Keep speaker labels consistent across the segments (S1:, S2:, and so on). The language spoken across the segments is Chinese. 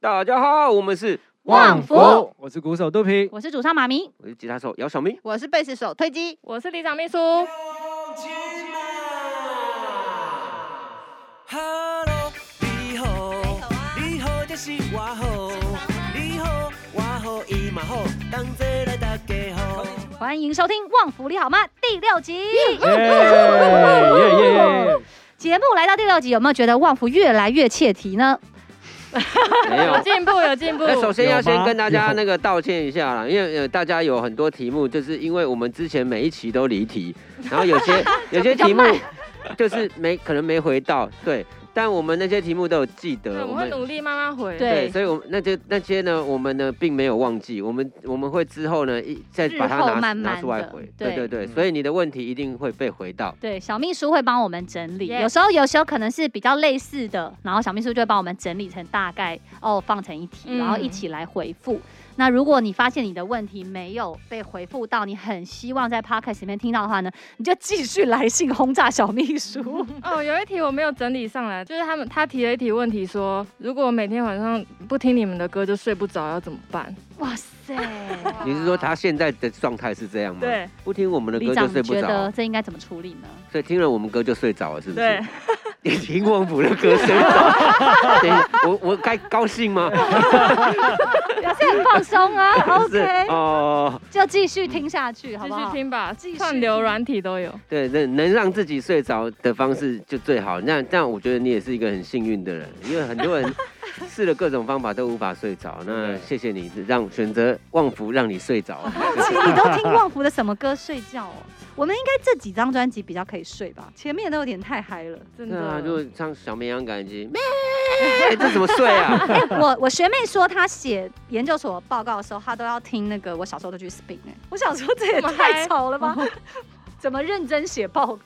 S1: 大家好，我们是
S2: 旺福，
S1: 我是鼓手杜平，
S2: 我是主唱马明，
S1: 我是吉他手姚小明。
S3: 我是贝斯手推机，
S4: 我是李长秘书。
S5: 哈喽，你好，你好就是我好，你好我好伊嘛好，同齐来大家好。
S2: 欢迎收听《旺福你好吗》第六集。
S1: 耶耶 耶！
S2: 节目来到第六集，有没有觉得旺福越来越切题呢？
S1: 没有
S4: 有。 进步，有进步。
S1: 那首先要先跟大
S6: 有
S1: 家
S6: 吗
S1: 那个道歉一下啦，因为呃大家有很多题目，就是因为我们之前每一期都离题，然后有些有些题目就是没可能没回到，对，但我们那些题目都有记
S4: 对
S1: 得，
S4: 我们会努力慢慢回。
S2: 对
S1: 对，所以我们那就那些呢，我们呢并没有忘记，我们我们会之后呢一再把它
S2: 日后
S1: 拿
S2: 慢慢
S1: 拿出来
S2: 地
S1: 回，对
S2: 对
S1: 对对，
S6: 嗯
S1: 所以你的问题一定会被回到。
S2: 对，小秘书会帮我们整理
S4: Yes
S2: 有时候有时候可能是比较类似的，然后小秘书就会帮我们整理成大概哦，放成一题，
S4: 嗯
S2: 然后一起来回复。那如果你发现你的问题没有被回复到，你很希望在 podcast 里面听到的话呢，你就继续来信轰炸小 秘书。
S4: 哦，有一题我没有整理上来，就是他们他提了一题问题说，如果我每天晚上不听你们的歌就睡不着，要怎么办？
S2: 哇塞，
S1: 你是说他现在的状态是这样吗？，
S4: 对
S1: 不听我们的
S2: 李
S1: 歌就
S2: 长
S1: 睡不
S2: 觉得
S1: 着，
S2: 这应该怎么处理呢？
S1: 所以听了我们歌就睡着了，是不
S4: 对
S1: 是？， 你听王普的歌睡着， 等一下我我该高兴吗？
S2: 表示很放松啊
S1: 是
S2: ，OK，
S1: 哦，
S2: 就继续听下去，好
S4: 继
S2: 不
S4: 续
S2: 好？
S4: 听吧
S2: 嗯继，续
S4: 串流软体都有。
S1: 对，能能让自己睡着的方式就最好。那那我觉得你也是一个很幸运的人，因为很多人试了各种方法都无法睡着。那谢谢你让选择旺福让你睡着。
S2: 其实你都听旺福的什么歌睡觉哦？我们应该这几张专辑比较可以睡吧，前面都有点太嗨 了。
S4: 真
S1: 对
S4: 的，嗯
S1: 啊，就唱小绵羊感觉，咩 哎这怎么睡啊？
S2: 哎、我我学妹说她写研究所报告的时候，她都要听那个我小时候的去 spin 哎、我想说这哦也
S4: 这么
S2: 太
S4: 嗨
S2: 吵了吧？ 怎么认真写报告？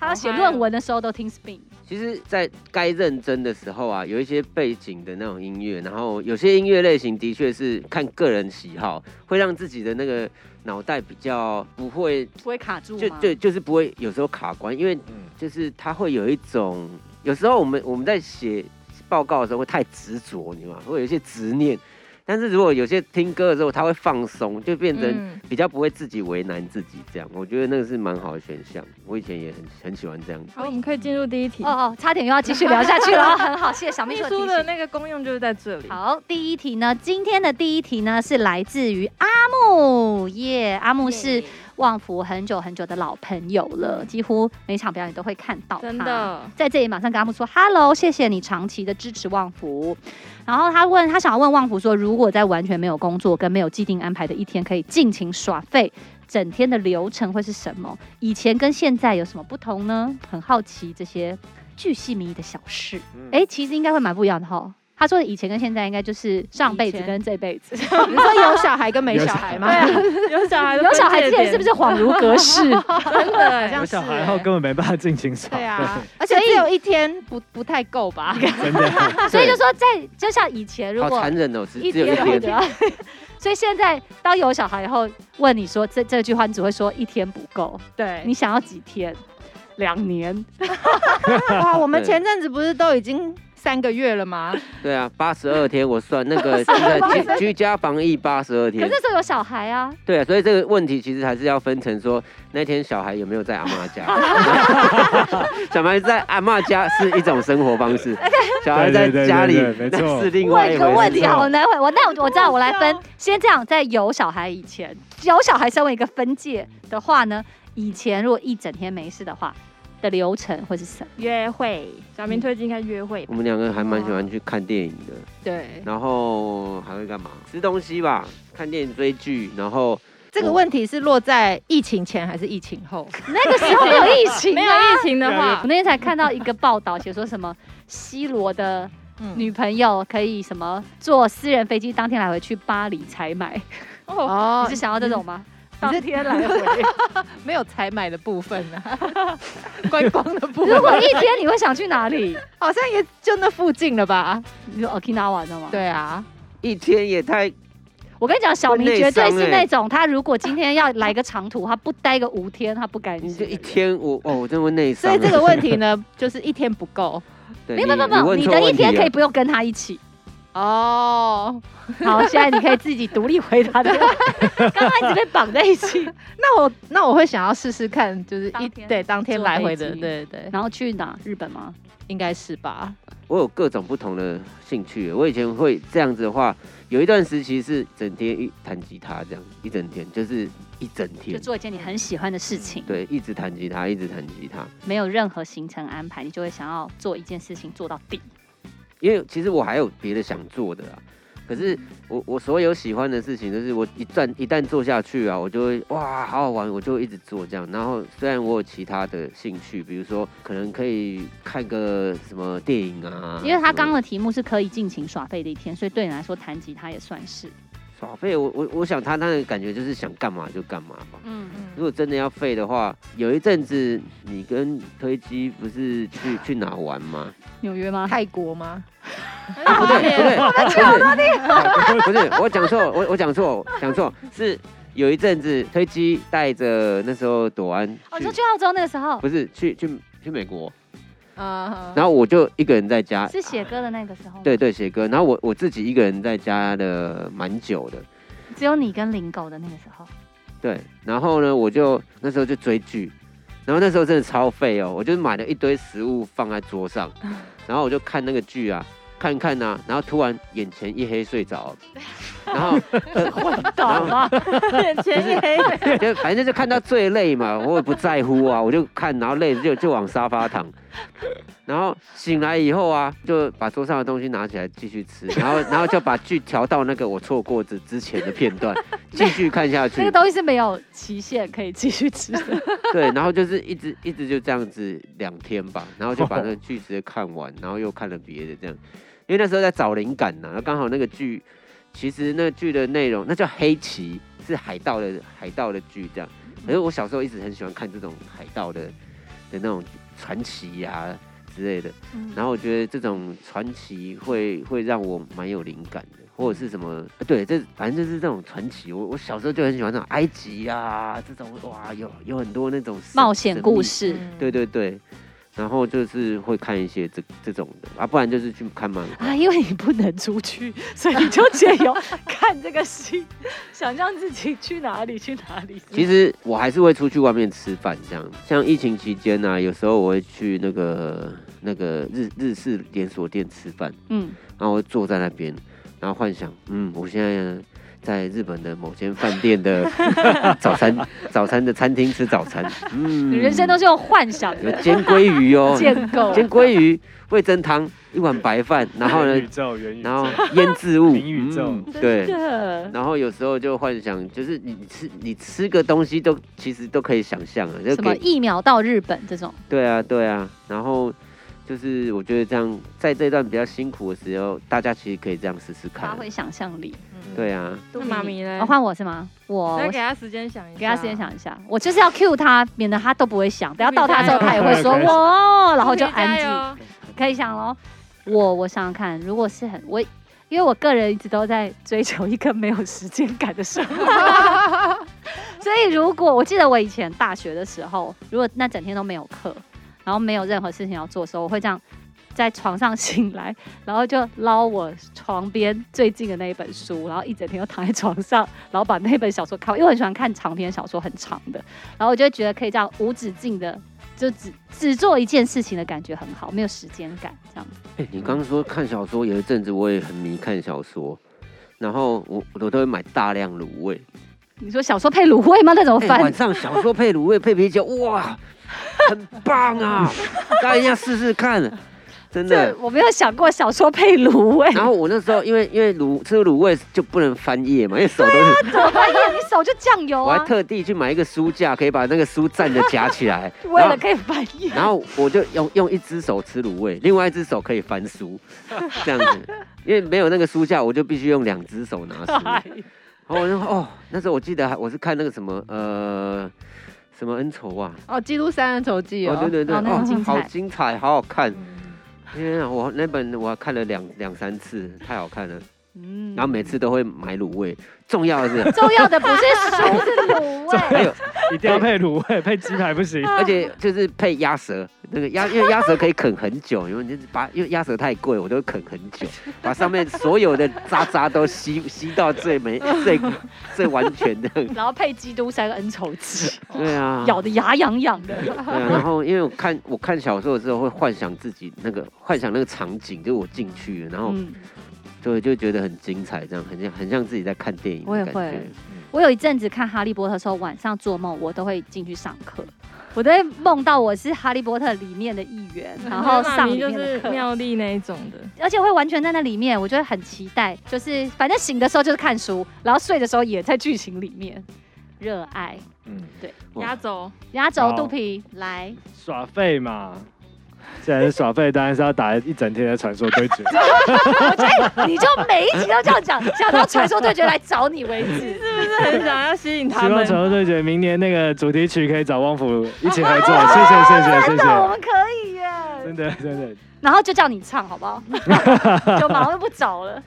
S2: 她要写
S4: 好嗨哦
S2: 论文的时候都听 spin，
S1: 其实，在该认真的时候啊，有一些背景的那种音乐，然后有些音乐类型的确是看个人喜好，会让自己的那个脑袋比较不会，
S2: 不会卡住
S1: 就
S2: 吗？
S1: 就就是不会有时候卡关，因为
S6: 嗯
S1: 就是它会有一种，有时候我们我们在写报告的时候会太执着，你知道吗？会有一些执念。但是如果有些听歌的时候，他会放松，就变成
S4: 嗯
S1: 比较不会自己为难自己这样。我觉得那个是蛮好的选项，我以前也很很喜欢这样子。
S4: 好，我们可以进入第一题
S2: 哦。哦，差点又要继续聊下去 了，哦很好，谢谢小秘
S4: 秘
S2: 书的提
S4: 书
S2: 醒
S4: 的那个功用就是在这里。
S2: 好，第一题呢，今天的第一题呢是来自于阿木耶阿木是旺福很久很久的老朋友了，几乎每场表演都会看到他
S4: 嗯真。的，
S2: 在这里马上跟阿木说 “hello”，谢谢你长期的支持旺福。然后他问他想要问旺福说，如果在完全没有工作跟没有既定安排的一天，可以尽情耍废，整天的流程会是什么？以前跟现在有什么不同呢？很好奇这些巨细靡遗的小事。
S3: 嗯
S2: 哎、其实应该会蛮不一样的哈。他说的以前跟现在应该就是上辈子
S3: 以前
S2: 跟这辈 子，
S3: 你说有小孩跟没小孩吗？
S4: 有小孩的
S2: 有小孩
S4: 分
S2: 之
S4: 界
S2: 前是不是恍如隔 世？
S3: 啊
S4: 点真的
S3: 好
S4: 欸？
S3: 像
S6: 有
S3: 是
S6: 小孩
S3: 欸
S6: 后根本没办法尽情耍，
S3: 对啊，而
S2: 所
S3: 且
S2: 以
S3: 只有一天不不太够吧？
S6: 真的。
S2: 所以就说在就像以前如
S1: 好
S2: 果
S1: 残忍哦，只
S2: 一
S1: 只有一
S2: 天或
S1: 天。
S2: 者， 所以现在当有小孩以后，问你说这这句话，你只会说一天不够，
S3: 对
S2: 你想要几天？两年，
S3: 哇，我们
S1: 对
S3: 前阵子不是都已经三个月了 吗？
S1: 对啊，八十二天我算那个那个居居家防疫八十二
S2: 可是
S1: 天
S2: 那，时候有小孩啊，
S1: 对啊，所以这个问题其实还是要分成说那天小孩有没有在阿妈 家，小孩在阿妈家是一种生活方式，小孩在
S6: 对对对
S1: 家里
S6: 对对没
S1: 那
S6: 错
S1: 是另外
S2: 问
S1: 一
S2: 个
S1: 回
S2: 问
S1: 事
S2: 题。好难回。我那我我知道，我来分。先这样，在有小孩以前，有小孩身为一个分界的话呢，以前如果一整天没事的话的流程会是什么？
S4: 约会，小明推荐应该约会吧
S1: 我。们两个还蛮喜
S2: 哦
S1: 欢去看电影的，
S3: 对，
S1: 然后还会干嘛？吃东西吧，看电影、追剧，然后
S3: 这个问题是落在疫情前还是疫情后？
S2: 那个时候没有疫情、啊，
S4: 没有疫情的话
S2: 我，那天才看到一个报道，写说什么 C 罗的女朋友可以什么坐私人飞机当天来回去巴黎采买，
S4: 哦，
S3: 哦
S2: 你是想要这种吗？
S3: 你是
S2: 当天来回，
S3: 没有采买的部分 啊，观光的
S7: 嗯
S3: 部
S2: 如
S3: 分，
S2: 果一天你会想去哪里？
S3: 好像也就那附近了吧？
S2: 你说 Okinawa 知道吗？，
S3: 对啊，
S1: 一天也太
S2: 我跟你讲，小明
S1: 会内
S2: 绝对
S1: 伤
S2: 是
S1: 欸
S2: 那种他如果今天要来个长途，他不待个五天，他不甘
S1: 你
S2: 心
S1: 这
S2: 的
S1: 一
S2: 人。
S1: 天我哦，我真的会内伤
S3: 所
S1: 欸。
S3: 以这个 问题呢，就是一天不够
S1: 对
S2: 没有没有没有，
S1: 问
S2: 你
S1: 错
S2: 的
S1: 问
S2: 一
S1: 题啊
S2: 天可
S1: 了
S2: 以不用跟他一起，
S3: 哦，
S2: 好，现在你可以自己独立回答 的。刚刚一直被绑在一起，
S3: 那我那我会想要试试看，就是一
S2: 当天
S3: 对当天
S2: 坐
S3: 来
S2: 飞
S3: 回的，
S2: 机
S3: 对对，
S2: 然后去哪？日本吗？
S3: 应该是吧。
S1: 我有各种不同的兴趣，我以前会这样子的话，有一段时期是整天一弹吉他这样，一整天就是一整
S2: 就
S1: 天，
S2: 做一件你很喜欢的事情，
S1: 嗯对，一直弹吉他，一直弹吉他。
S2: 没有任何行程安排，你就会想要做一件事情做到底。
S1: 因为其实我还有别的想做的啊。可是我我所有喜欢的事情，就是我一旦一旦做下去啊，我就会哇好好玩，我就会一直做这样。然后虽然我有其他的兴趣，比如说可能可以看个什么电影啊，
S2: 因为
S1: 什
S2: 他
S1: 么
S2: 刚刚的题目是可以尽情耍废的一天，所以对你来说弹吉他也算是。
S1: 耍废，我我我想他那个感觉就是想干嘛就干嘛吧。
S2: 嗯嗯。
S1: 如果真的要废的话，有一阵子你跟推机不是 去去哪玩吗？
S2: 纽约吗？
S3: 泰国吗？
S1: 不对不对，不是， 不是，我讲错，我我讲错，讲错，是有一阵子推机带着那时候朵安
S2: 哦，你
S1: 去
S2: 说，去澳洲那个时候
S1: 不是去去去美国，
S3: 啊
S1: 然后我就一个人在家，
S2: 是写歌的那个时候，，
S1: 对对写歌，然后我我自己一个人在家的蛮久的，
S2: 只有你跟林狗的那个时候，
S1: 对，然后呢我就那时候就追剧。然后那时候真的超废哦，我就买了一堆食物放在桌 上，然后我就看那个剧啊，看看啊，然后突然眼前一黑睡着 了，然后
S2: 懂吗？
S3: 眼 前一 黑，
S1: 就反正就看到最累嘛，我也不在乎啊，我就看，然后累就就往沙发躺，然后醒来以后啊，就把桌上的东西拿起来继续吃，然后然后就把剧调到那个我错过之之前的片段，继续看下
S2: 那个
S1: 去，
S2: 东西是没有期限可以继续 吃的。
S1: 对，然后就是一直一直就这样子两天吧，然后就把那个剧直接看完，然后又看了别的这样，因为那时候在找灵感呢、然后刚好那个剧，其实那剧的内容那叫黑旗，是海盗的海盗的剧这样。可是我小时候一直很喜欢看这种海盗的的那种传奇呀、之类的，
S2: 嗯
S1: 然后我觉得这种传奇会会让我蛮有灵感的，或
S2: 嗯
S1: 者是什么，呃对，这反正就是这种传奇。我我小时候就很喜欢那种埃及啊这种，哇，有有很多那种神
S2: 冒险故，
S1: 神
S2: 事。
S1: 秘对对对。然后就是会看一些这这种的啊，不然就是去看漫画。
S2: 啊，因为你不能出去，所以你就借由看这个戏，想让自己去哪里去哪 里。
S1: 其实我还是会出去外面吃饭，这样。像疫情期间呢、有时候我会去那个那个日日式连锁店吃饭，
S2: 嗯，
S1: 然后我坐在那边，然后幻想，嗯，我现在在日本的某间饭店的 早餐早餐的餐厅吃早餐，嗯，
S2: 人生都是用幻想
S1: 有煎鲑鱼哦，
S2: 建构。
S1: 煎鲑鱼、味噌汤、一碗白饭，然后呢
S6: 元宇，宙，元宇宙，
S1: 然后腌制物，
S6: 元嗯宇宙
S1: 嗯对。
S2: 的，
S1: 然后有时候就幻想，就是你吃你吃个东西都其实都可以想象啊了，就
S2: 什
S1: 可
S2: 么
S1: 以
S2: 疫苗到日本这种，
S1: 对啊对啊。然后就是我觉得这样，在这段比较辛苦的时候，大家其实可以这样试试
S2: 发
S1: 看。
S2: 挥想象力。
S1: 对啊，
S4: 嗯那妈咪嘞
S2: 哦，？换我是吗？哦我
S4: 来
S2: 我
S4: 给他时间想一下，
S2: 给他时间，想一下，我就是要 cue 他，免得他都不会想。等到到他的时候，
S4: 加
S2: 他也
S6: 油
S2: 会说
S6: 加油
S2: 我，然后就
S4: 加
S2: 安静。
S4: 油。
S2: 可以想喽。我我想想看，如果是很我，因为我个人一直都在追求一个没有时间感的生活， 所以如果我记得我以前大学的时候，如果那整天都没有课，然后没有任何事情要做的时候，我会这样。在床上醒来，然后就捞我床边最近的那一本书，然后一整天都躺在床上，然后把那本小说看完，因为我很喜欢看长篇小说，很长的，然后我就会觉得可以这样无止境的就只只做一件事情的感觉很好，没有时间感这样子。
S1: 哎你刚刚说看小说，有一阵子我也很迷看小说，然后我我都会买大量卤味，
S2: 你说小说配卤味吗？那怎么
S1: 哎
S2: 翻？
S1: 晚上小说配卤味配啤酒，哇，很棒啊！大家一定要试试看，啊真的
S2: 这。我没有想过小说配卤味，
S1: 然后我那时候因为因为卤吃卤味就不能翻页嘛，因为手都是，
S2: 怎么翻页？你手就酱油
S1: 我还
S2: 啊，，
S1: 特地去买一个书架，可以把那个书站着夹起来
S2: 啊为了
S1: 然后
S2: 可以翻页。
S1: 然后我就用用一只手吃卤味，另外一只手可以翻书，这样子，因为没有那个书架，我就必须用两只手拿书。
S2: 哎
S1: 然后我就哦，那时候我记得还我是看那个什么呃什么恩仇啊，
S3: 哦，《基督山恩仇记》
S1: 哦对
S3: 哦，
S1: 对对，
S2: 哦那很精彩嗯
S1: 好精彩，好好看。天啊，我那本我还看了两两三次，太好看了。
S2: 嗯
S1: 然后每次都会买卤味。重要的是，
S2: 重要的不是熟，是卤
S1: 还
S2: 味。
S1: 有
S6: 一定要配卤味，配鸡排不 行。
S1: 而且就是配鸭舌，那个鸭因为鸭舌可以啃很久，因为你把因为鸭舌太贵，我都啃很久，把上面所有的渣渣都吸吸到最没最最完全 的。
S2: 然后配基督山恩仇记，
S1: 对 啊，
S2: 咬得牙痒痒的。
S1: 对啊，然后因为我看我看小说的时候会幻想自己那个幻想那个场景，就我进去了，然后
S2: 嗯，
S1: 就就觉得很精彩，这样很像很像自己在看电影
S2: 我也
S1: 的感觉
S2: 会。我有一阵子看《哈利波特》的时候，晚上做梦我都会进去上课，我都会梦到我是《哈利波特》里面的一 员，然后上里
S4: 就
S2: 面的
S4: 是
S2: 课。
S4: 妙丽那一种 的，
S2: 而且会完全在那里面，我就会很期待，就是反正醒的时候就是看书，然后睡的时候也在剧情里面。热爱
S6: 嗯，
S1: 哇
S4: 压 轴，
S2: 压轴
S6: 好
S2: 肚皮来，
S6: 耍废嘛，既然是耍废，当然是要打一整天的传说对 决。
S2: 你就每一集都这样 讲，讲到传说对决来找 你为止。
S4: 是不是很想要吸引他
S6: 希望
S4: 们
S6: 传？说对决明年那个主题曲可以找旺福一起 合作，谢谢谢谢谢
S2: 真的，我
S6: 谢，
S2: 们可以耶。
S6: 真的真的，
S2: 然后就叫你唱好不 好？就马上就不找了。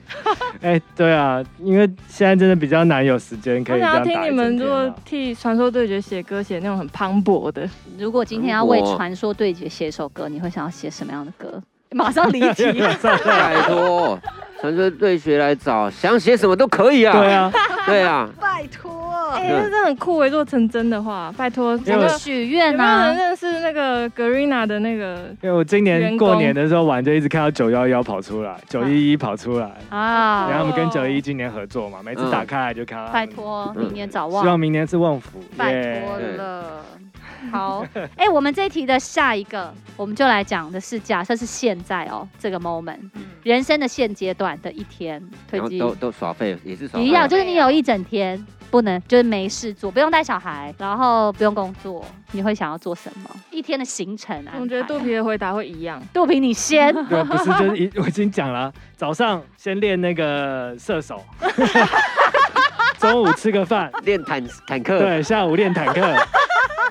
S6: 哎、对啊，因为现在真的比较难有时间可
S4: 我
S6: 以这
S4: 想
S6: 样
S4: 要
S6: 打一
S4: 听
S6: 整
S4: 你
S6: 天
S4: 们如 果
S6: 啊
S4: 替传说对决写歌，写那种很磅礴 的，
S2: 如果今天要为传说对决写一首歌，你会想要写什么样的歌？马上离题。
S6: 啊
S1: 啊拜托，传说对决来找，想写什么都可以啊。
S6: 对啊，
S1: 对 啊，
S7: 拜托，
S4: 哎，那真的很酷诶！如果成真的话，拜托，
S6: 因
S4: 那
S6: 为
S4: 个
S6: 我
S2: 许
S4: 有
S2: 愿
S4: 没有人
S2: 啊，
S4: 认识那个 Garina 的那个？
S6: 因为我今年
S4: 员
S6: 过
S4: 工
S6: 年的时候玩，就一直看到九幺幺跑出来，九一一跑出来，然
S2: 啊，
S6: 后我们跟九一今年合作嘛，每次打开来就看到他
S2: 拜
S6: 们。
S2: 托，
S1: 嗯
S2: 明年找
S6: 希
S2: 忘，
S6: 望明年是旺福，
S2: 拜托
S6: 耶
S2: 了。好，哎、我们这一题的下一个，我们就来讲的是，假设是现在哦，这个 moment，人
S3: 嗯
S2: 生的现阶段的一天，推
S1: 然后
S2: 机
S1: 都都耍废，也是耍废。
S2: 一样，就是
S4: 啊
S2: 你有一整天不能，就是没事做，不用带小孩，然后不用工作，你会想要做什么？一天的行程安排。
S4: 我觉得肚皮的回答会一样，
S2: 肚皮你 先，
S6: 对，不是就是已 我已经讲了啊，早上先练那个射手， 中午吃个饭，
S1: 练坦坦克，
S6: 对，下午练坦克，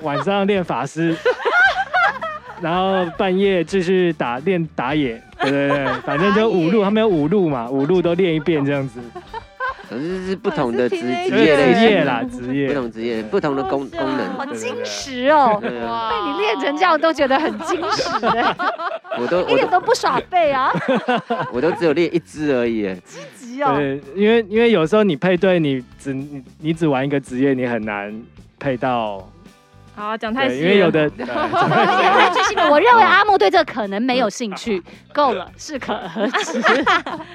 S6: 晚上练法师，然后半夜继续打练打野，对对对，反正就五路，他们有五路嘛，五路都练一遍这样子，
S1: 可是是不同的职职
S2: 哎
S6: 职
S1: 业类
S6: 业
S1: 型
S6: 啦，
S1: 啦，
S6: 职
S1: 不
S6: 业，
S1: 同职业、不同的功功
S2: 好
S1: 能。
S2: 矜持 哦。
S1: 对啊，
S2: 被你练成这样都觉得很矜持、欸
S1: 我都
S2: 一
S1: 我
S2: 点
S1: 都
S2: 都不耍废啊，
S1: 我都只有练一只而已。
S2: 急哦。
S6: 对，因为因为有时候你配对你只你你只玩一个职业，你很难配到，
S4: 好啊，讲太
S6: 对，
S4: 细
S6: 因为有
S4: 了。
S6: 的。对
S2: 太具体我认为阿木对这可能没有兴趣，够了，适可而止。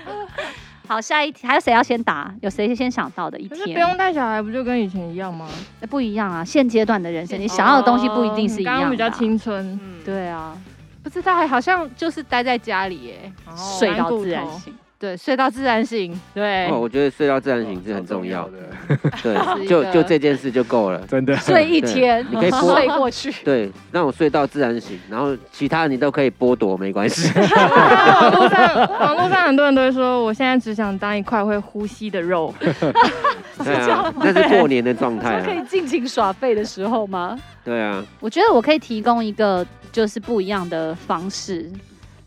S2: 好，下一题还有谁要先答？有谁先想到的一
S4: 可是不
S2: 天？
S4: 用带小孩，不就跟以前一样吗？
S2: 呃不一样啊，现阶段的人生，你想要的东西不一定是一
S4: 哦刚刚
S2: 样
S4: 比
S2: 的
S4: 较
S2: 啊。
S4: 青春，
S7: 嗯，
S2: 对啊，
S3: 不知
S4: 欸
S3: 道，好像就是待在家里耶，
S2: 睡到自然
S4: 玩骨头
S2: 醒。
S3: 对，睡
S6: 哦
S3: 到自然醒，对
S1: 哦，，我觉得睡到自然醒是很哦重要的，
S6: 的，
S1: 对，
S3: 是
S1: 就
S3: 一个
S1: 就这件事就够了。
S6: 真的。
S2: 睡一 天，哦
S1: 你可以播
S2: 睡过去。
S1: 对，让我睡到自然醒，然后其他你都可以剥夺，没关系。
S4: 网络上，网络上很多人都会说，我现在只想当一块会呼吸的肉。
S1: 对啊，那是过年的状态
S2: 可以
S1: 啊。
S2: 尽情耍废的时候吗？
S1: 对啊，
S2: 我觉得我可以提供一个就是不一样的方式，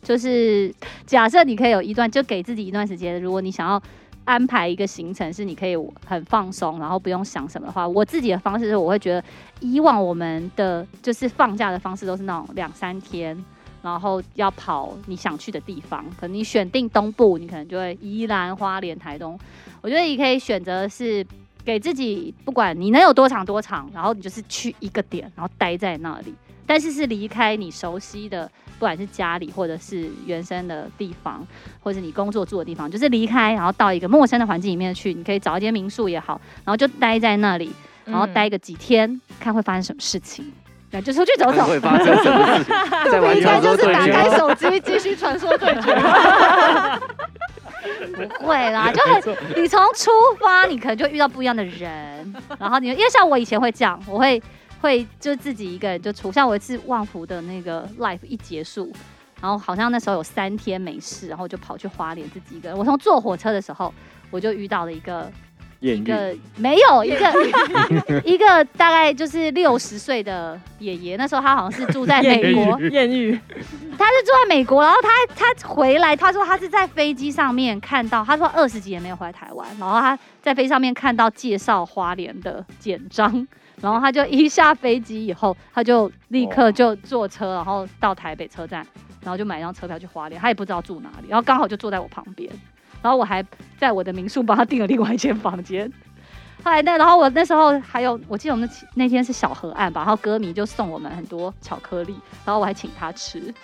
S2: 就是假设你可以有一段，就给自己一段时间，如果你想要。安排一个行程是你可以很放松，然后不用想什么的话，我自己的方式是我会觉得，以往我们的就是放假的方式都是那种两三天，然后要跑你想去的地方，可能你选定东部，你可能就会宜兰、花莲、台东，我觉得你可以选择是给自己，不管你能有多长多长，然后你就是去一个点，然后待在那里，但是是离开你熟悉的，不管是家里或者是原生的地方，或者你工作住的地方，就是离开，然后到一个陌生的环境里面去。你可以找一间民宿也好，然后就待在那里，然后待个几天，看会发生什么事情。那就出去走
S1: 看
S2: 走
S1: 会，发生什么事？在玩
S3: 应该
S1: 传
S3: 就
S1: 说
S3: 是
S1: 对
S3: 打
S1: 决
S3: 开，手机继续传说对决，
S2: 不会啦，就很你从出发，你可能就遇到不一样的人，然后你因为像我以前会这样，我会会就自己一个人就出，像我一次旺福的那个 life 一结束，然后好像那时候有三天没事，然后我就跑去花莲自己一个人。我从坐火车的时候，我就遇到了一个
S6: 艳
S2: 一
S6: 遇，
S2: 个没有一个 一个大概就是六十岁的爷爷，那时候他好像是住在美国，
S3: 艳遇，
S2: 他是住在美国，然后他他回来，他说他是在飞机上面看到，他说二十几年没有回来台湾，然后他在飞机上面看到介绍花莲的简章，然后他就一下飞机以后，他就立
S3: 哦
S2: 刻就坐车，然后到台北车站，然后就买一张车票去花莲，他也不知道住哪里，然后刚好就坐在我旁边，然后我还在我的民宿帮他订了另外一间房间。后来那，然后我那时候还有，我记得我们那那天是小河岸吧，然后歌迷就送我们很多巧克力，然后我还请他吃，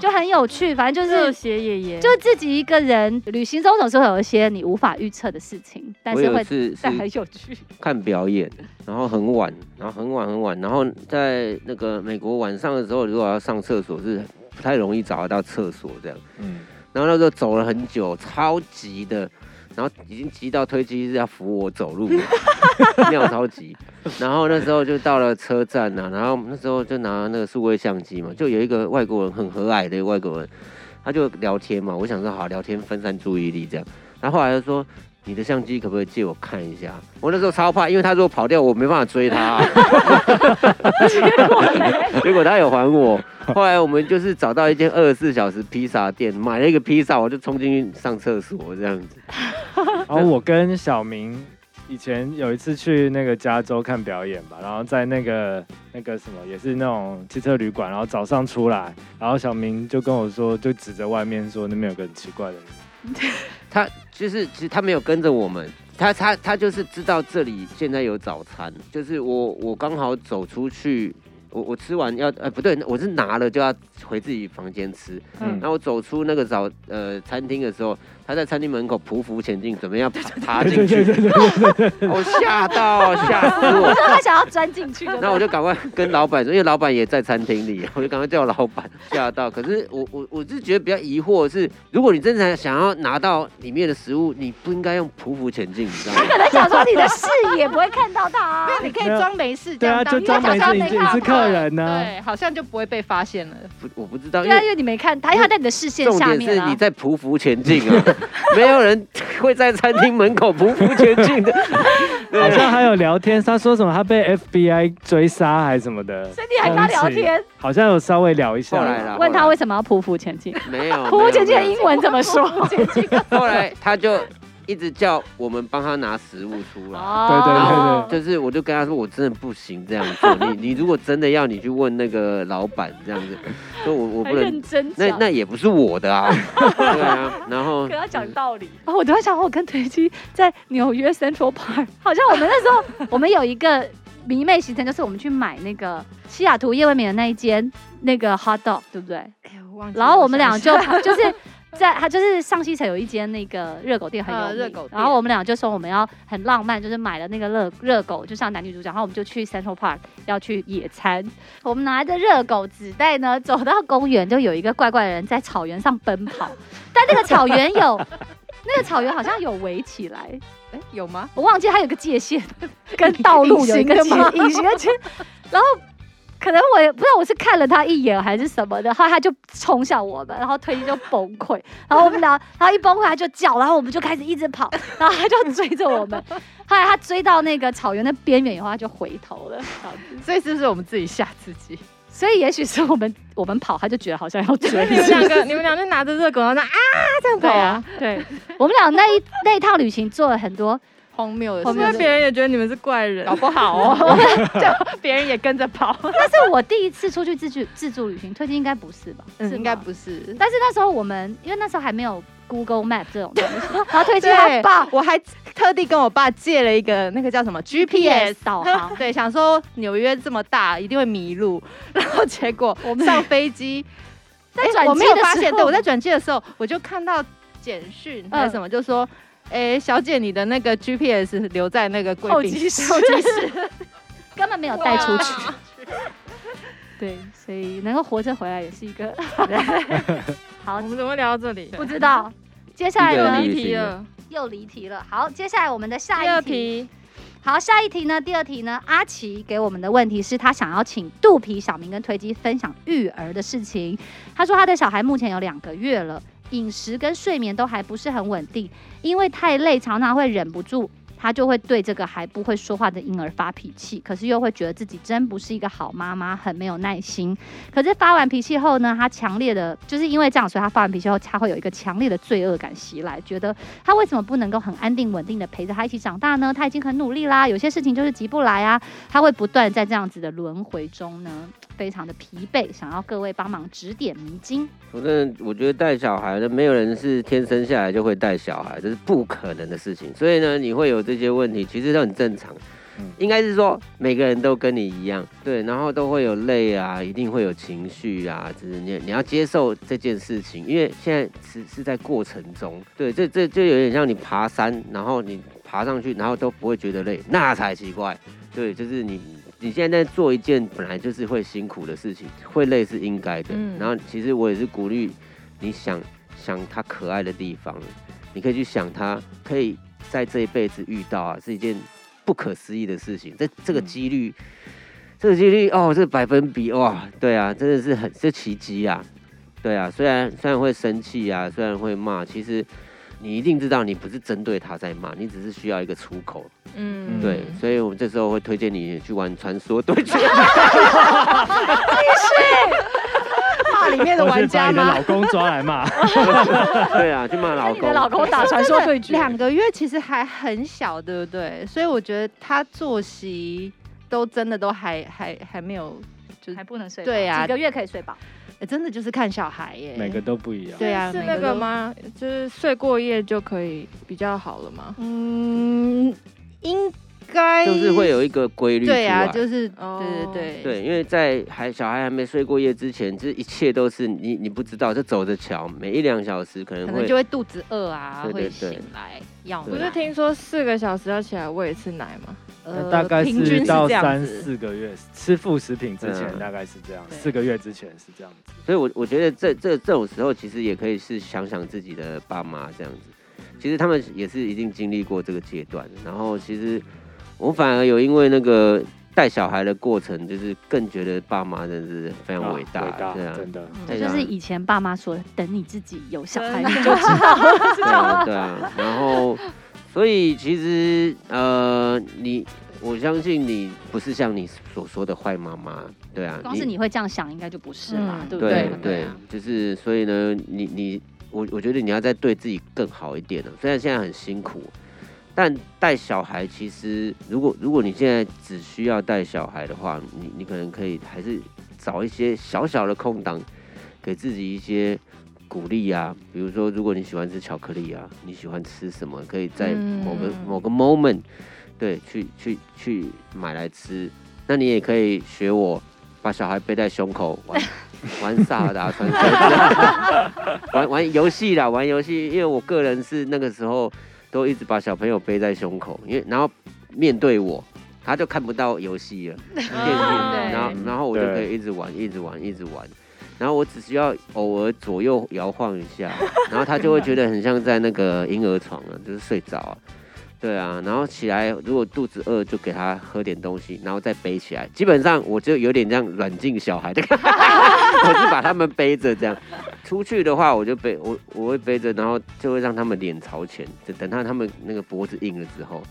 S2: 就很有趣。反正就
S4: 热
S2: 是
S4: 血爷爷，
S2: 就自己一个人旅行中总是会有一些你无法预测的事情，但
S1: 我
S2: 是
S1: 有一
S2: 会
S1: 次是
S2: 但很有 趣。
S1: 看表演，然后很晚，然后很晚很晚，然后在那个美国晚上的时候，如果要上厕所是不太容易找得到厕所这样。
S6: 嗯，
S1: 然后那时候走了很久，超急的，然后已经急到推机是要扶我走路了， 尿超急。然后那时候就到了车站呐、然后那时候就拿那个数位相机嘛，就有一个外国人很和蔼的一个外国人，他就聊天嘛，我想说好聊天分散注意力这样。然后后来就说。你的相机可不可以借我看一下？我那时候超怕，因为他如果跑掉，我没办法追他、 结果他有还我。后来我们就是找到一间二十四小时披萨店，买了一个披萨，我就冲进去上厕所这样子。
S6: 然后我跟小明以前有一次去那个加州看表演吧，然后在那个那个什么，也是那种汽车旅馆，然后早上出来，然后小明就跟我说，就指着外面说那边有个很奇怪的人，
S1: 他就是其实他没有跟着我们，他他他就是知道这里现在有早餐，就是我我刚好走出去。我我吃完要呃不对，我是拿了就要回自己房间吃。
S6: 嗯
S1: 然，后我走出那个早呃餐厅的时候，他在餐厅门口匍匐前进，准备要爬爬进去， 我吓到吓死我。
S2: 我说他想要钻进去就
S1: 那我
S2: 就
S1: 就赶快跟老板说，因为老板也在餐厅里，我就赶快叫老板吓到。可是我我我是觉得比较疑惑的是，如果你真的想要拿到里面的食物，你不应该用匍匐前进，你知道吗？
S2: 可能想说你的视野不会看到 他、啊。
S3: 那你可以装没事，这
S6: 对啊，
S3: 样当
S6: 就装没事，
S3: 因
S6: 你
S3: 为假
S6: 是
S3: 装
S6: 你是
S3: 没
S6: 客
S3: 看到
S6: 人呢、啊
S3: 对，好像就不会被发现了。
S1: 不，我不知道，
S2: 对
S1: 因
S2: 啊，
S1: 为
S2: 因为你没看他，因为他在你的视线
S1: 重
S2: 下
S1: 点
S2: 面
S1: 是
S2: 啊
S1: 你。在匍匐前进啊， 没有人会在餐厅门口匍匐前进的。
S6: 好像还有聊天，他说什么他被 FBI 追杀还是什么的，
S2: 所以你还跟他聊天，
S6: 好像有稍微聊一下。
S1: 后来啦
S2: 问他为什么要匍匐前进？
S1: 没有，
S2: 匍匐前进的
S1: 哦没有
S2: 英文怎么 说？
S1: 后来他就一直叫我们帮他拿食物出来。
S2: 哦
S6: 对对
S1: 就是我就跟他说，我真的不行这样 做。你你如果真的要，你去问那个老板这样子，说我我
S2: 还
S1: 不能
S2: 认，真
S1: 那
S2: 讲。
S1: 那也不是我的 啊。对啊，然后
S2: 跟他讲道理。哦，我突然想，我跟腿基在纽约 Central Park，好像我们那时候我们有一个迷妹行程，就是我们去买那个西雅图夜未眠的那一间那个 hot dog，对不对？
S4: 哎我忘记
S2: 然后我们
S4: 了
S2: 俩就就是。在他就是上西城有一间那个热狗店很有
S3: 呃
S2: 名，
S3: 热狗店
S2: 然后我们俩就说我们要很浪漫，就是买了那个热热狗，就像男女主角，然后我们就去 Central Park 要去野餐。我们拿着热狗纸袋呢，走到公园就有一个怪怪的人在草原上奔跑，但那个草原有 那个草原好像有围起来，
S3: 哎，有吗？
S2: 我忘记它有个界限， 跟道路有一个
S3: 隐
S2: 界
S3: 形的吗
S2: 隐形的界，然后。可能我也不知道我是看了他一眼还是什么的，然后他就冲向我们，然后推进就崩溃，然后我们俩，然后一崩溃他就叫，然后我们就开始一直跑，然后他就追着我 们，后来他追到那个草原的边缘以后，他就回头了，这样子
S3: 所以是不是我们自己吓自己？
S2: 所以也许是我们我们跑，他 就觉得好像要追，
S4: 你们两个，你们俩就拿着热狗，然后那啊这样跑
S3: 对啊，
S2: 对我们俩那一那一趟旅行做了很多
S3: 荒谬的
S4: 会
S2: 荒
S4: 不
S3: 事，
S2: 谬
S4: 会
S2: 的
S4: 别人也觉得你们是怪人
S3: 搞？不好哦，就别人也跟着 跑。
S2: 但是我第一次出去自助自助旅行，推荐应该不是吧？
S3: 嗯，
S2: 是
S3: 应该
S2: 吗。
S3: 不是。
S2: 但是那时候我们，因为那时候还没有 Google Map 这种东 西，然后推荐他
S3: 对，
S2: 爸
S3: 我还特地跟我爸借了一个那个叫什么 GPS。
S2: PS。导航
S3: 对，想说纽约这么大，一定会迷路，然后结果
S2: 我们
S3: 上飞机，
S2: 在
S3: 诶
S2: 转
S3: 哎
S2: 机
S3: 我没有
S2: 的
S3: 发
S2: 时
S3: 现，
S2: 候
S3: 对 我在转机的时候，我就看到简讯还
S2: 嗯
S3: 是什么，就说，哎、小姐，你的那个 GPS 留在那个贵
S2: 候
S3: 宾
S2: 机室，候 机室根本没有带出去。 对，所以能够活着回来也是一 个 好
S4: 我，们怎么会聊到这里？
S2: 不知道。接下来
S1: 一个
S2: 呢
S1: 离
S4: 离题了。
S2: 又离题了。好，接下来我们的下
S4: 第二
S2: 一题。
S4: 题，
S2: 好，下一题呢？第二题呢？阿奇给我们的问题是他想要请肚皮小明跟推机分享育儿的事情。他说他的小孩目前有两个月了，饮食跟睡眠都还不是很稳定，因为太累，常常会忍不住。他就会对这个还不会说话的婴儿发脾气，可是又会觉得自己真不是一个好妈妈，很没有耐心。可是发完脾气后呢，他强烈的就是因为这样，所以他发完脾气后，他会有一个强烈的罪恶感袭来，觉得他为什么不能够很安定稳定的陪着他一起长大呢？他已经很努力啦，有些事情就是急不来啊，他会不断在这样子的轮回中呢，非常的疲惫，想要各位帮忙指点迷津。
S1: 我真的我觉得带小孩的，没有人是天生下来就会带小孩，这是不可能的事情。所以呢，你会有这些问题，其实都很正常
S6: 嗯。
S1: 应该是说每个人都跟你一样，对，然后都会有累啊，一定会有情绪啊，就是你你要接受这件事情，因为现在是是在过程中，对，这这就有点像你爬山，然后你爬上去，然后都不会觉得累，那才奇怪。对，就是你你现在在做一件本来就是会辛苦的事情，会累是应该的。
S3: 嗯
S1: 然后其实我也是鼓励你想想他可爱的地方，你可以去想他可以在这一辈子遇到啊，是一件不可思议的事情。这这个
S7: 嗯
S1: 几率，这个几率哦，这百分比哇，对啊，真的是很是奇迹啊，对啊。虽然虽然会生气啊，虽然会骂，其实你一定知道你不是针对他在骂，你只是需要一个出口。
S3: 嗯
S1: 对，所以我们这时候会推荐你去玩传说对决。
S3: 怕里面的
S6: 或
S3: 玩
S6: 是把
S3: 家
S6: 你的
S3: 吗
S6: 老？公抓来骂，
S1: 对啊，去骂老
S2: 你
S1: 公
S2: 的。 老公打传说对决，
S7: 两个月其实还很小，对不对？所以我觉得他作息都真的都还还还没有，
S2: 还不能睡饱，
S7: 对啊
S2: 几个月可以睡饱。
S7: 诶真的就是看小孩耶。
S6: 每个都不一样。
S7: 对啊，
S4: 是
S7: 每
S4: 那个
S7: 都？
S4: 吗？就是睡过夜就可以比较好了吗？
S7: 嗯，应该
S1: 就是会有一个规律出来。
S7: 对啊，就是
S4: 哦
S7: 对对对
S1: 对因为在还小孩还没睡过夜之前，这一切都是你你不知道，就走着瞧，每一两小时可能
S7: 可
S1: 会啊
S7: 能就会肚子饿啊，
S1: 对对
S7: 会
S1: 对
S7: 醒来要
S1: 对
S2: 啊
S4: 不
S7: 奶
S4: 是听说四个小时要起来喂一次奶吗？
S7: 呃
S6: 大概
S7: 平均
S6: 是
S7: 是
S6: 到
S7: 这样
S6: 三
S7: 子，
S6: 四个月，吃副食品之前
S1: 嗯
S6: 大概是这样，
S7: 对
S6: 四个月之前是这样子。
S1: 所以我我觉得这这这种时候，其实也可以是想想自己的爸妈这样子。其实他们也是一定经历过这个阶段，然后其实我反而有因为那个带小孩的过程，就是更觉得爸妈真的是非常伟大，
S6: 伟大
S1: 对啊，
S6: 真的。
S1: 对
S2: 就
S1: 啊
S2: 是以前爸妈说的，等你自己有小孩，
S7: 真
S2: 你就知道了，知
S1: 对啊，对啊。然后，所以其实呃，你我相信你不是像你所说的坏妈妈，对啊。
S2: 光是你会这样想，应该就不是啦，
S3: 嗯
S2: 对不
S1: 对
S2: 对？
S1: 对
S2: 啊，
S1: 就是所以呢，你你我我觉得你要再对自己更好一点了。虽然现在很辛苦，但带小孩其实，如果如果你现在只需要带小孩的话，你你可能可以还是找一些小小的空档，给自己一些鼓励啊。比如说，如果你喜欢吃巧克力啊，你喜欢吃什么，可以在某个、某个 moment，对，去去去买来吃。那你也可以学我，把小孩背在胸口玩玩萨尔达传说， 玩玩游戏啦，玩游戏。因为我个人是那个时候都一直把小朋友背在胸口，因为然后面对我，他就看不到游戏了，电视
S3: 对
S1: 然后然后我就可以一直玩，一直玩，一直玩。然后我只需要偶尔左右摇晃一下，然后他就会觉得很像在那个婴儿床啊，就是睡着啊。对啊，然后起来如果肚子饿就给他喝点东西，然后再背起来。基本上我就有点这样软禁小孩的感觉， 我是把他们背着这样。出去的话，我就背我我会背着，然后就会让他们脸朝前，等等到他们那个脖子硬了之后，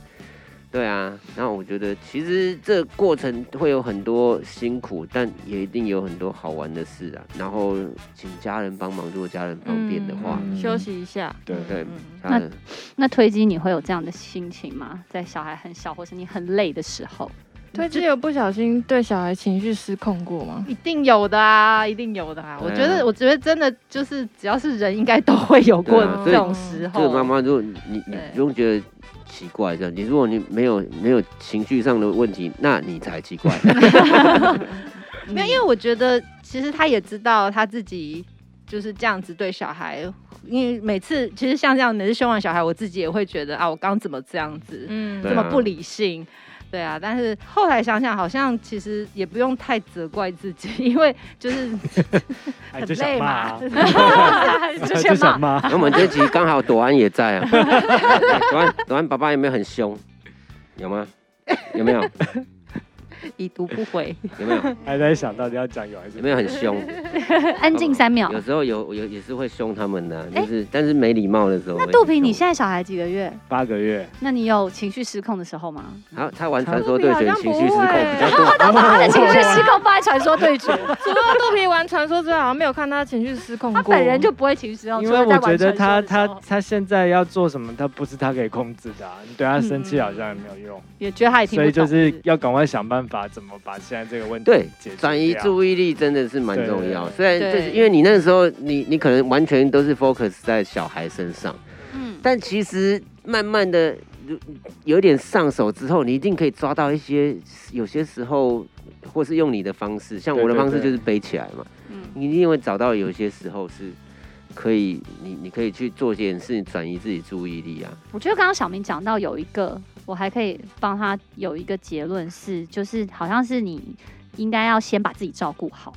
S1: 对啊。然后我觉得其实这过程会有很多辛苦，但也一定有很多好玩的事啊。然后请家人帮忙，如果家人方便的话，
S6: 嗯
S4: 休息一下，
S6: 对
S1: 对
S7: 嗯
S1: 家人
S2: 那推机你会有这样的心情吗？在小孩很小，或是你很累的 时候，
S4: 推机有不小心对小孩情绪失控过吗？
S7: 一定有的啊，一定有的啊！
S1: 对啊
S7: 我觉得，我觉得真的就是，只要是人，应该都会有过
S1: 对啊
S7: 这种时
S1: 这个
S7: 候。
S1: 妈妈，如果你你你
S7: 对
S1: 不用觉得奇怪，这样你如果你没有没有情绪上的问题，那你才奇 怪。
S7: 没有，因为
S2: 嗯
S7: 我觉得其实她也知道她自己就是这样子对小孩，因为每次其实像这样每次凶完小孩，我自己也会觉得啊，我刚刚怎么这样子，
S4: 嗯
S1: 对
S7: 这么
S1: 啊
S7: 不理性。对啊，但是后来想想，好像其实也不用太责怪自己， 因为就是
S6: 哎，
S7: 很
S6: 就想
S7: 累
S6: 骂
S7: 嘛，
S6: 啊，
S2: 就
S6: 就想骂。
S1: 那我们这集刚好朵安也在 啊，朵安朵安爸爸有没有很凶？有吗？有没有？
S7: 已读不回。
S1: 有没有？
S6: 还在想到底要讲有还是
S1: 有没有很凶？
S2: 安静三秒
S1: 有。时候有有也是会凶他们的啊、就是、但是没礼貌的时候会
S2: 哎那
S1: 很凶。
S2: 杜平，你现在小孩几个月？
S6: 八个月？
S2: 那你有情绪失控的时候吗？
S1: 他他玩传说对决
S4: 杜比好像
S1: 情绪失控
S6: 欸
S1: 比较多，
S2: 他的情绪失控不爱传说对决，
S4: 除了肚皮玩传说之外，好像没有看他情绪失控过。
S2: 他本人就不会情绪失控，
S6: 因
S2: 除
S6: 为
S2: 了
S6: 我
S2: 在
S6: 觉
S2: 玩
S6: 得
S2: 传
S6: 他
S2: 说的时
S6: 他
S2: 候
S6: 他现在要做什么，他不是他可以控制的啊、你对他生气好像也没有用，
S2: 也觉得他也听
S6: 所
S2: 不
S6: 以
S2: 懂。
S6: 就是要赶快想办法怎么把现在这个问题
S1: 对
S6: 解决
S1: 转移
S6: 掉
S1: 注意力真的是蛮
S6: 对
S1: 重要。
S6: 对
S1: 虽然就是
S7: 对
S1: 因为你那时候你你可能完全都是 focus 在小孩身上，
S2: 嗯，
S1: 但其实慢慢的如有点上手之后，你一定可以抓到一些有些时候。或是用你的方式，像我的
S6: 对对
S1: 方式
S6: 对
S1: 就是背起来嘛，
S2: 嗯
S1: 你一定会找到有些时候是可以，你你可以去做一件事情转移自己注意力啊。
S2: 我觉得刚刚小明讲到有一个，我还可以帮他有一个结论是，就是好像是你应该要先把自己照顾好。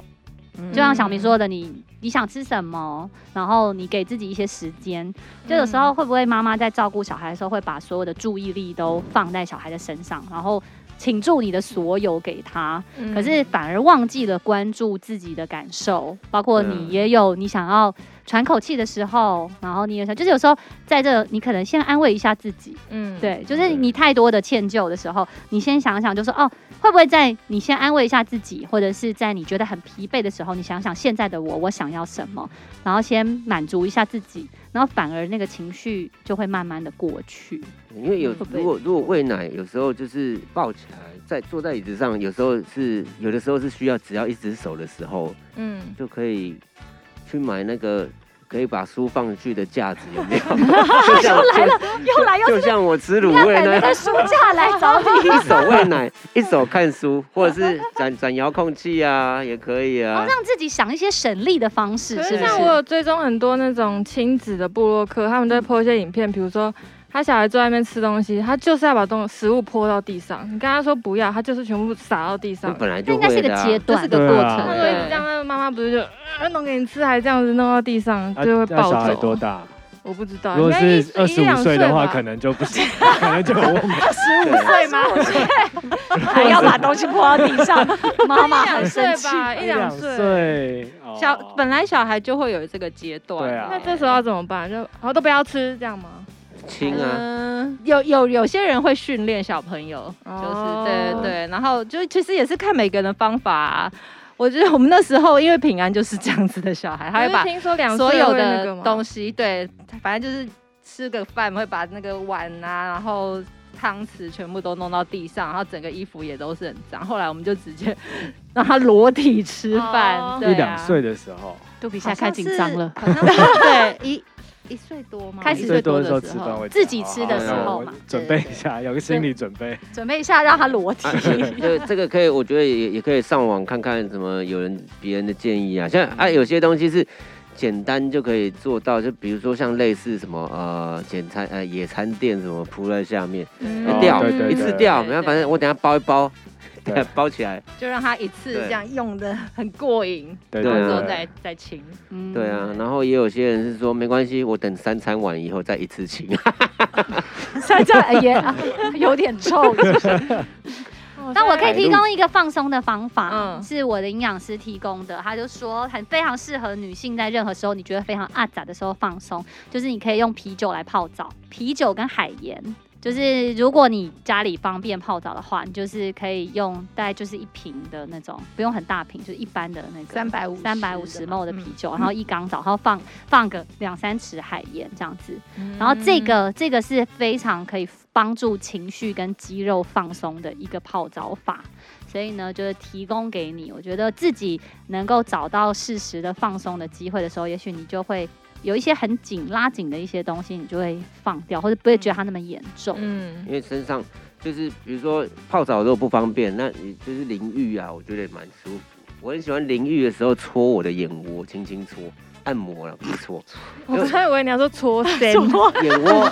S7: 嗯
S2: 就像小明说的，你你想吃什么，然后你给自己一些时间。就有时候会不会妈妈在照顾小孩的时候，会把所有的注意力都放在小孩的身上，然后倾注你的所有给他，
S4: 嗯
S2: 可是反而忘记了关注自己的感受，包括你
S1: 嗯
S2: 也有你想要喘口气的时候，然后你也想，就是有时候在这你可能先安慰一下自己，
S4: 嗯，
S2: 对，就是你太多的歉疚的时候，你先想想，就说哦，会不会在你先安慰一下自己，或者是在你觉得很疲惫的时候，你想想现在的我，我想要什么，然后先满足一下自己，然后反而那个情绪就会慢慢的过去。
S1: 因为有
S2: 会不会
S1: 如果如果喂奶，有时候就是抱起来，在坐在椅子上，有时候是有的时候是需要只要一只手的时候，
S4: 嗯，
S1: 就可以去买那个可以把书放进去的架子，有没有？就像来了，
S2: 又来又
S1: 就像我吃卤
S2: 要
S1: 味
S2: 感觉
S1: 那
S2: 在
S1: 样，
S2: 书架来找你。
S1: 一手喂奶，一手看书，或者是转转遥控器啊，也可以
S2: 然
S1: 啊
S2: 哦后。让自己想一些省力的方式，
S4: 可
S2: 是
S4: 是
S2: 不
S4: 像我
S2: 是？
S4: 有追踪很多那种亲子的部落客，他
S2: 嗯
S4: 们都会 po 一些影片，比如说他小孩坐在那边吃东西，他就是要把东食物泼到地上，你跟他说不要，他就是全部撒到地
S1: 那
S4: 上。
S1: 本来
S2: 这
S1: 就
S2: 应该是
S1: 会
S2: 一个
S1: 的啊、
S2: 阶
S7: 这
S2: 段
S7: 是，个
S6: 对啊
S7: 过
S4: 他
S7: 程。
S4: 说一直这样，那妈妈不是就呃弄给你吃，还这样子弄到地上，
S6: 啊
S4: 就会
S6: 那
S4: 暴
S6: 小孩
S4: 走。
S6: 多大？
S4: 我不知道，
S6: 如果
S4: 啊应该一
S6: 是二十
S4: 一
S6: 五
S4: 两
S6: 岁的话，
S4: 吧
S6: 可能就不行，可能就有问题。
S1: 对
S4: 对吗？
S2: 还要把东西泼到地上，妈妈
S4: 一两
S2: 很生
S4: 岁
S2: 气。
S4: 吧，一两岁。
S6: 岁，哦
S7: 小本来小孩就会有这个阶段，
S6: 对啊
S4: 那这时候要怎么办？就哦都不要吃，这样吗？
S1: 亲啊，
S7: 嗯，有有有些人会训练小朋友，就是、
S4: 哦
S7: 对对，然后就其实也是看每个人的方法啊、我觉得我们那时候因为平安就是这样子的小孩，他会
S4: 不是
S7: 把
S4: 听说两岁
S7: 所有
S4: 会那个
S7: 的
S4: 吗
S7: 东西，对，反正就是吃个饭会把那个碗啊，然后汤匙全部都弄到地上，然后整个衣服也都是很脏。后来我们就直接让他裸体吃饭，
S2: 哦
S7: 对啊
S6: 一两，岁的时候，
S2: 肚皮现
S7: 好
S2: 在
S7: 像
S2: 开始紧张了，
S7: 是，好像是对一一岁多嘛，
S2: 开始
S7: 一
S6: 最
S7: 岁
S6: 多
S7: 多
S6: 的时候
S7: 的
S6: 吃
S7: 时
S6: 饭
S7: 候，
S6: 会
S2: 自己吃的
S1: 时候
S6: 我
S2: 嘛
S6: 准备一下，有个心理准备。
S2: 准备一下让他裸
S1: 啊
S2: 体。
S1: 这这个可以，我觉得也也可以上网看看什么有人别人的建议啊，像啊有些东西是简单就可以做到，就比如说像类似什么呃简餐呃野餐垫什么铺在下面
S4: 嗯
S6: 哦
S1: 掉、
S6: 对对
S1: 一
S6: 对
S1: 次掉，
S7: 对
S1: 然后
S7: 对
S1: 反正我等下包一包，
S6: 对
S1: 等下 包起来，
S7: 就让他一次
S1: 对
S7: 这样用的很过瘾，
S6: 对
S7: 然
S1: 对
S7: 后之后
S1: 对
S7: 再再亲。
S2: 嗯
S1: 对啊，然后也有些人是说没关系，我等三餐完以后再一次请，
S2: 现在哎也 啊有点臭。
S4: 哦
S2: 但我可以提供一个放松的方法，
S4: 嗯
S2: 是我的营养师提供的，他就说很非常适合女性在任何时候你觉得非常阿杂的时候放松，就是你可以用啤酒来泡澡，啤酒跟海盐。就是如果你家里方便泡澡的话，你就是可以用大概就是一瓶的那种，不用很大瓶，就是一般的那个
S7: 350
S2: 三百五十
S7: 的嘛
S2: ml 的
S7: 嗯
S2: 啤酒，然后一缸澡，然后放放个两三匙海盐这样子，嗯然后这
S7: 嗯
S2: 个这个是非常可以帮助情绪跟肌肉放松的一个泡澡法，所以呢，就是提供给你。我觉得自己能够找到适时的放松的机会的时候，也许你就会有一些很紧拉紧的一些东西，你就会放掉，或者不会觉得它那么严重。
S4: 嗯
S1: 因为身上就是比如说泡澡如果不方便，那你就是淋浴啊，我觉得也蛮舒服。我很喜欢淋浴的时候搓我的眼窝，轻轻搓。按摩了，不是搓，
S4: 我刚才以为你要说搓 身，
S1: 眼窝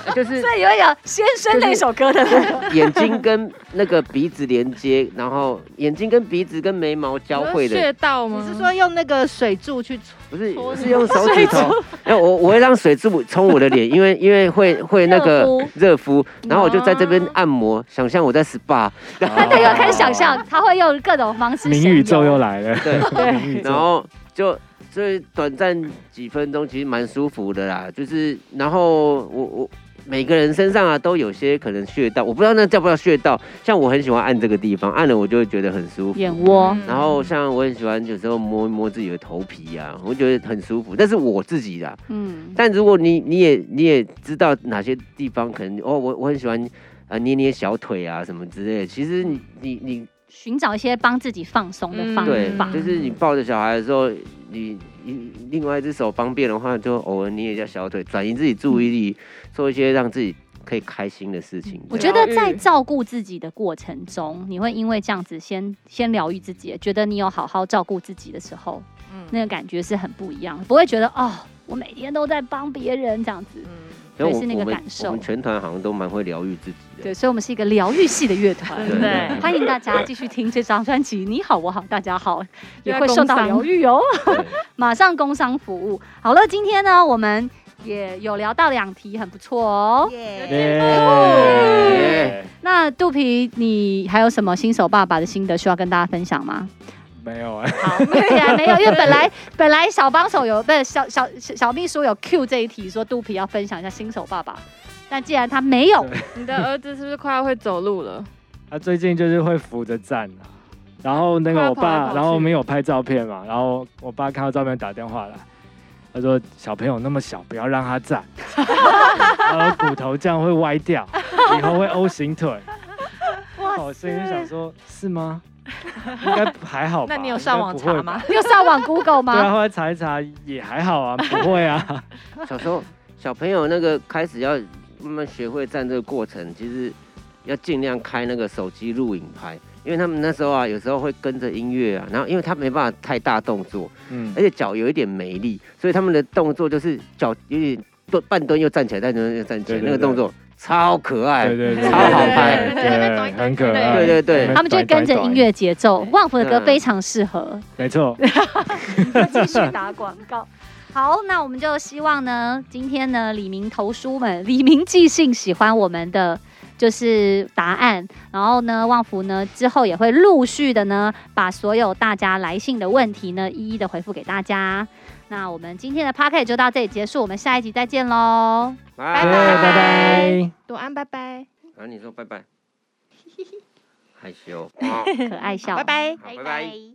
S7: 嗯
S1: 就是
S2: 所以有点先生那首歌的
S1: 眼睛跟那个鼻子连接，然后眼睛跟鼻子跟眉毛交汇的
S4: 穴道吗？
S7: 你是说用那个水柱去搓？
S1: 不是
S4: 搓
S1: 是用手指头，然后我我会让水柱冲我的脸，因为因为会会那个热敷，然后我就在这边按摩，想象我在 SPA，
S2: 他可以开始想象，他会用各种方式。
S6: 名宇宙又来了，
S1: 对，
S6: 名宇
S1: 然
S6: 宙，
S1: 后就所以短暂几分钟其实蛮舒服的啦，就是然后我我。每个人身上啊都有些可能穴道，我不知道那叫不叫穴道。像我很喜欢按这个地方，按了我就会觉得很舒服。
S2: 眼窝，
S1: 然后像我很喜欢有时候摸一摸自己的头皮啊，我觉得很舒服。但是我自己的啊，
S2: 嗯，
S1: 但如果你你也你也知道哪些地方可能哦，我我很喜欢呃捏捏小腿啊什么之类的。其实你你你
S2: 寻找一些帮自己放松的方
S1: 对，
S2: 法。
S1: 就是你抱着小孩的时候，你你另外一只手方便的话，就偶尔捏一下小腿，转移自己注意力，做一些让自己可以开心的事情。
S2: 嗯我
S1: 这
S2: 觉
S1: 样
S2: 得在照顾自己的过程中，你会因为这样子先先疗愈自己，觉得你有好好照顾自己的时候，
S3: 嗯
S2: 那个感觉是很不一样的，不会觉得哦，我每天都在帮别人这样子。
S1: 因为
S2: 对是那
S1: 我我
S2: 个
S1: 们
S2: 感受
S1: 我们全团好像都蛮会疗愈自己的。
S2: 对，所以我们是一个疗愈系的乐团。
S1: 对对
S2: 欢迎大家继续听这张专辑《你好我好大家好》，也
S4: 要
S2: 会受到
S4: 工商
S2: 疗愈哦。
S1: 对
S2: 马上工商服务。好了，今天呢，我们也有聊到两题，很不错哦。
S6: 耶
S2: 那肚皮，你还有什么新手爸爸的心得需要跟大家分享吗？
S6: 没有啊，
S2: 好，既然没有，因为本来本来小帮手有不是小小小小秘书有 Q 这一题，说肚皮要分享一下新手爸爸，但既然他没有，
S4: 你的儿子是不是快要会走路了？
S6: 他最近就是会扶着站啊然后那个我
S4: 他跑来跑
S6: 爸，
S4: 去
S6: 然后我们有拍照片嘛，然后我爸看到照片打电话来，他说小朋友那么小，不要让他站，他说骨头这样会歪掉，以后会 O 型腿。我心里想说，是吗？应该还好吧。
S3: 那你
S7: 啊
S3: 有上网
S6: 应该不
S3: 查
S6: 会吧
S3: 吗？？
S2: 又上网 Google
S6: 对啊，
S2: 吗？
S6: 后来查一查也还好啊，不会啊。
S1: 小时候小朋友那个开始要慢慢学会站这个过程，其实要尽量开那个手机录影拍，因为他们那时候啊，有时候会跟着音乐啊，然后因为他没办法太大动作，
S6: 嗯
S1: 而，且脚有一点没力，所以他们的动作就是脚有点蹲半蹲又站起来，半蹲又站起来，
S6: 对对
S1: 那个动作超可爱。
S6: 对对对，
S1: 超好拍
S6: 对，很可爱。
S1: 对对对
S2: 他们就会跟着音乐节奏，
S6: 啊
S2: 旺福的歌非常适合。
S6: 没错，
S2: 继续打广告。好，那我们就希望呢，今天呢，李明投书们，李明寄信喜欢我们的就是答案，然后呢，旺福呢之后也会陆续的呢，把所有大家来信的问题呢，一一的回复给大家。那我们今天的 p a r k e t 就到这里结束，我们下一集再见喽。
S1: 拜
S6: 对，拜拜。
S3: 朵安，拜拜，
S1: 然后你说拜拜，害羞，哦
S2: 可爱笑，
S3: 拜。拜。
S1: 好，拜拜。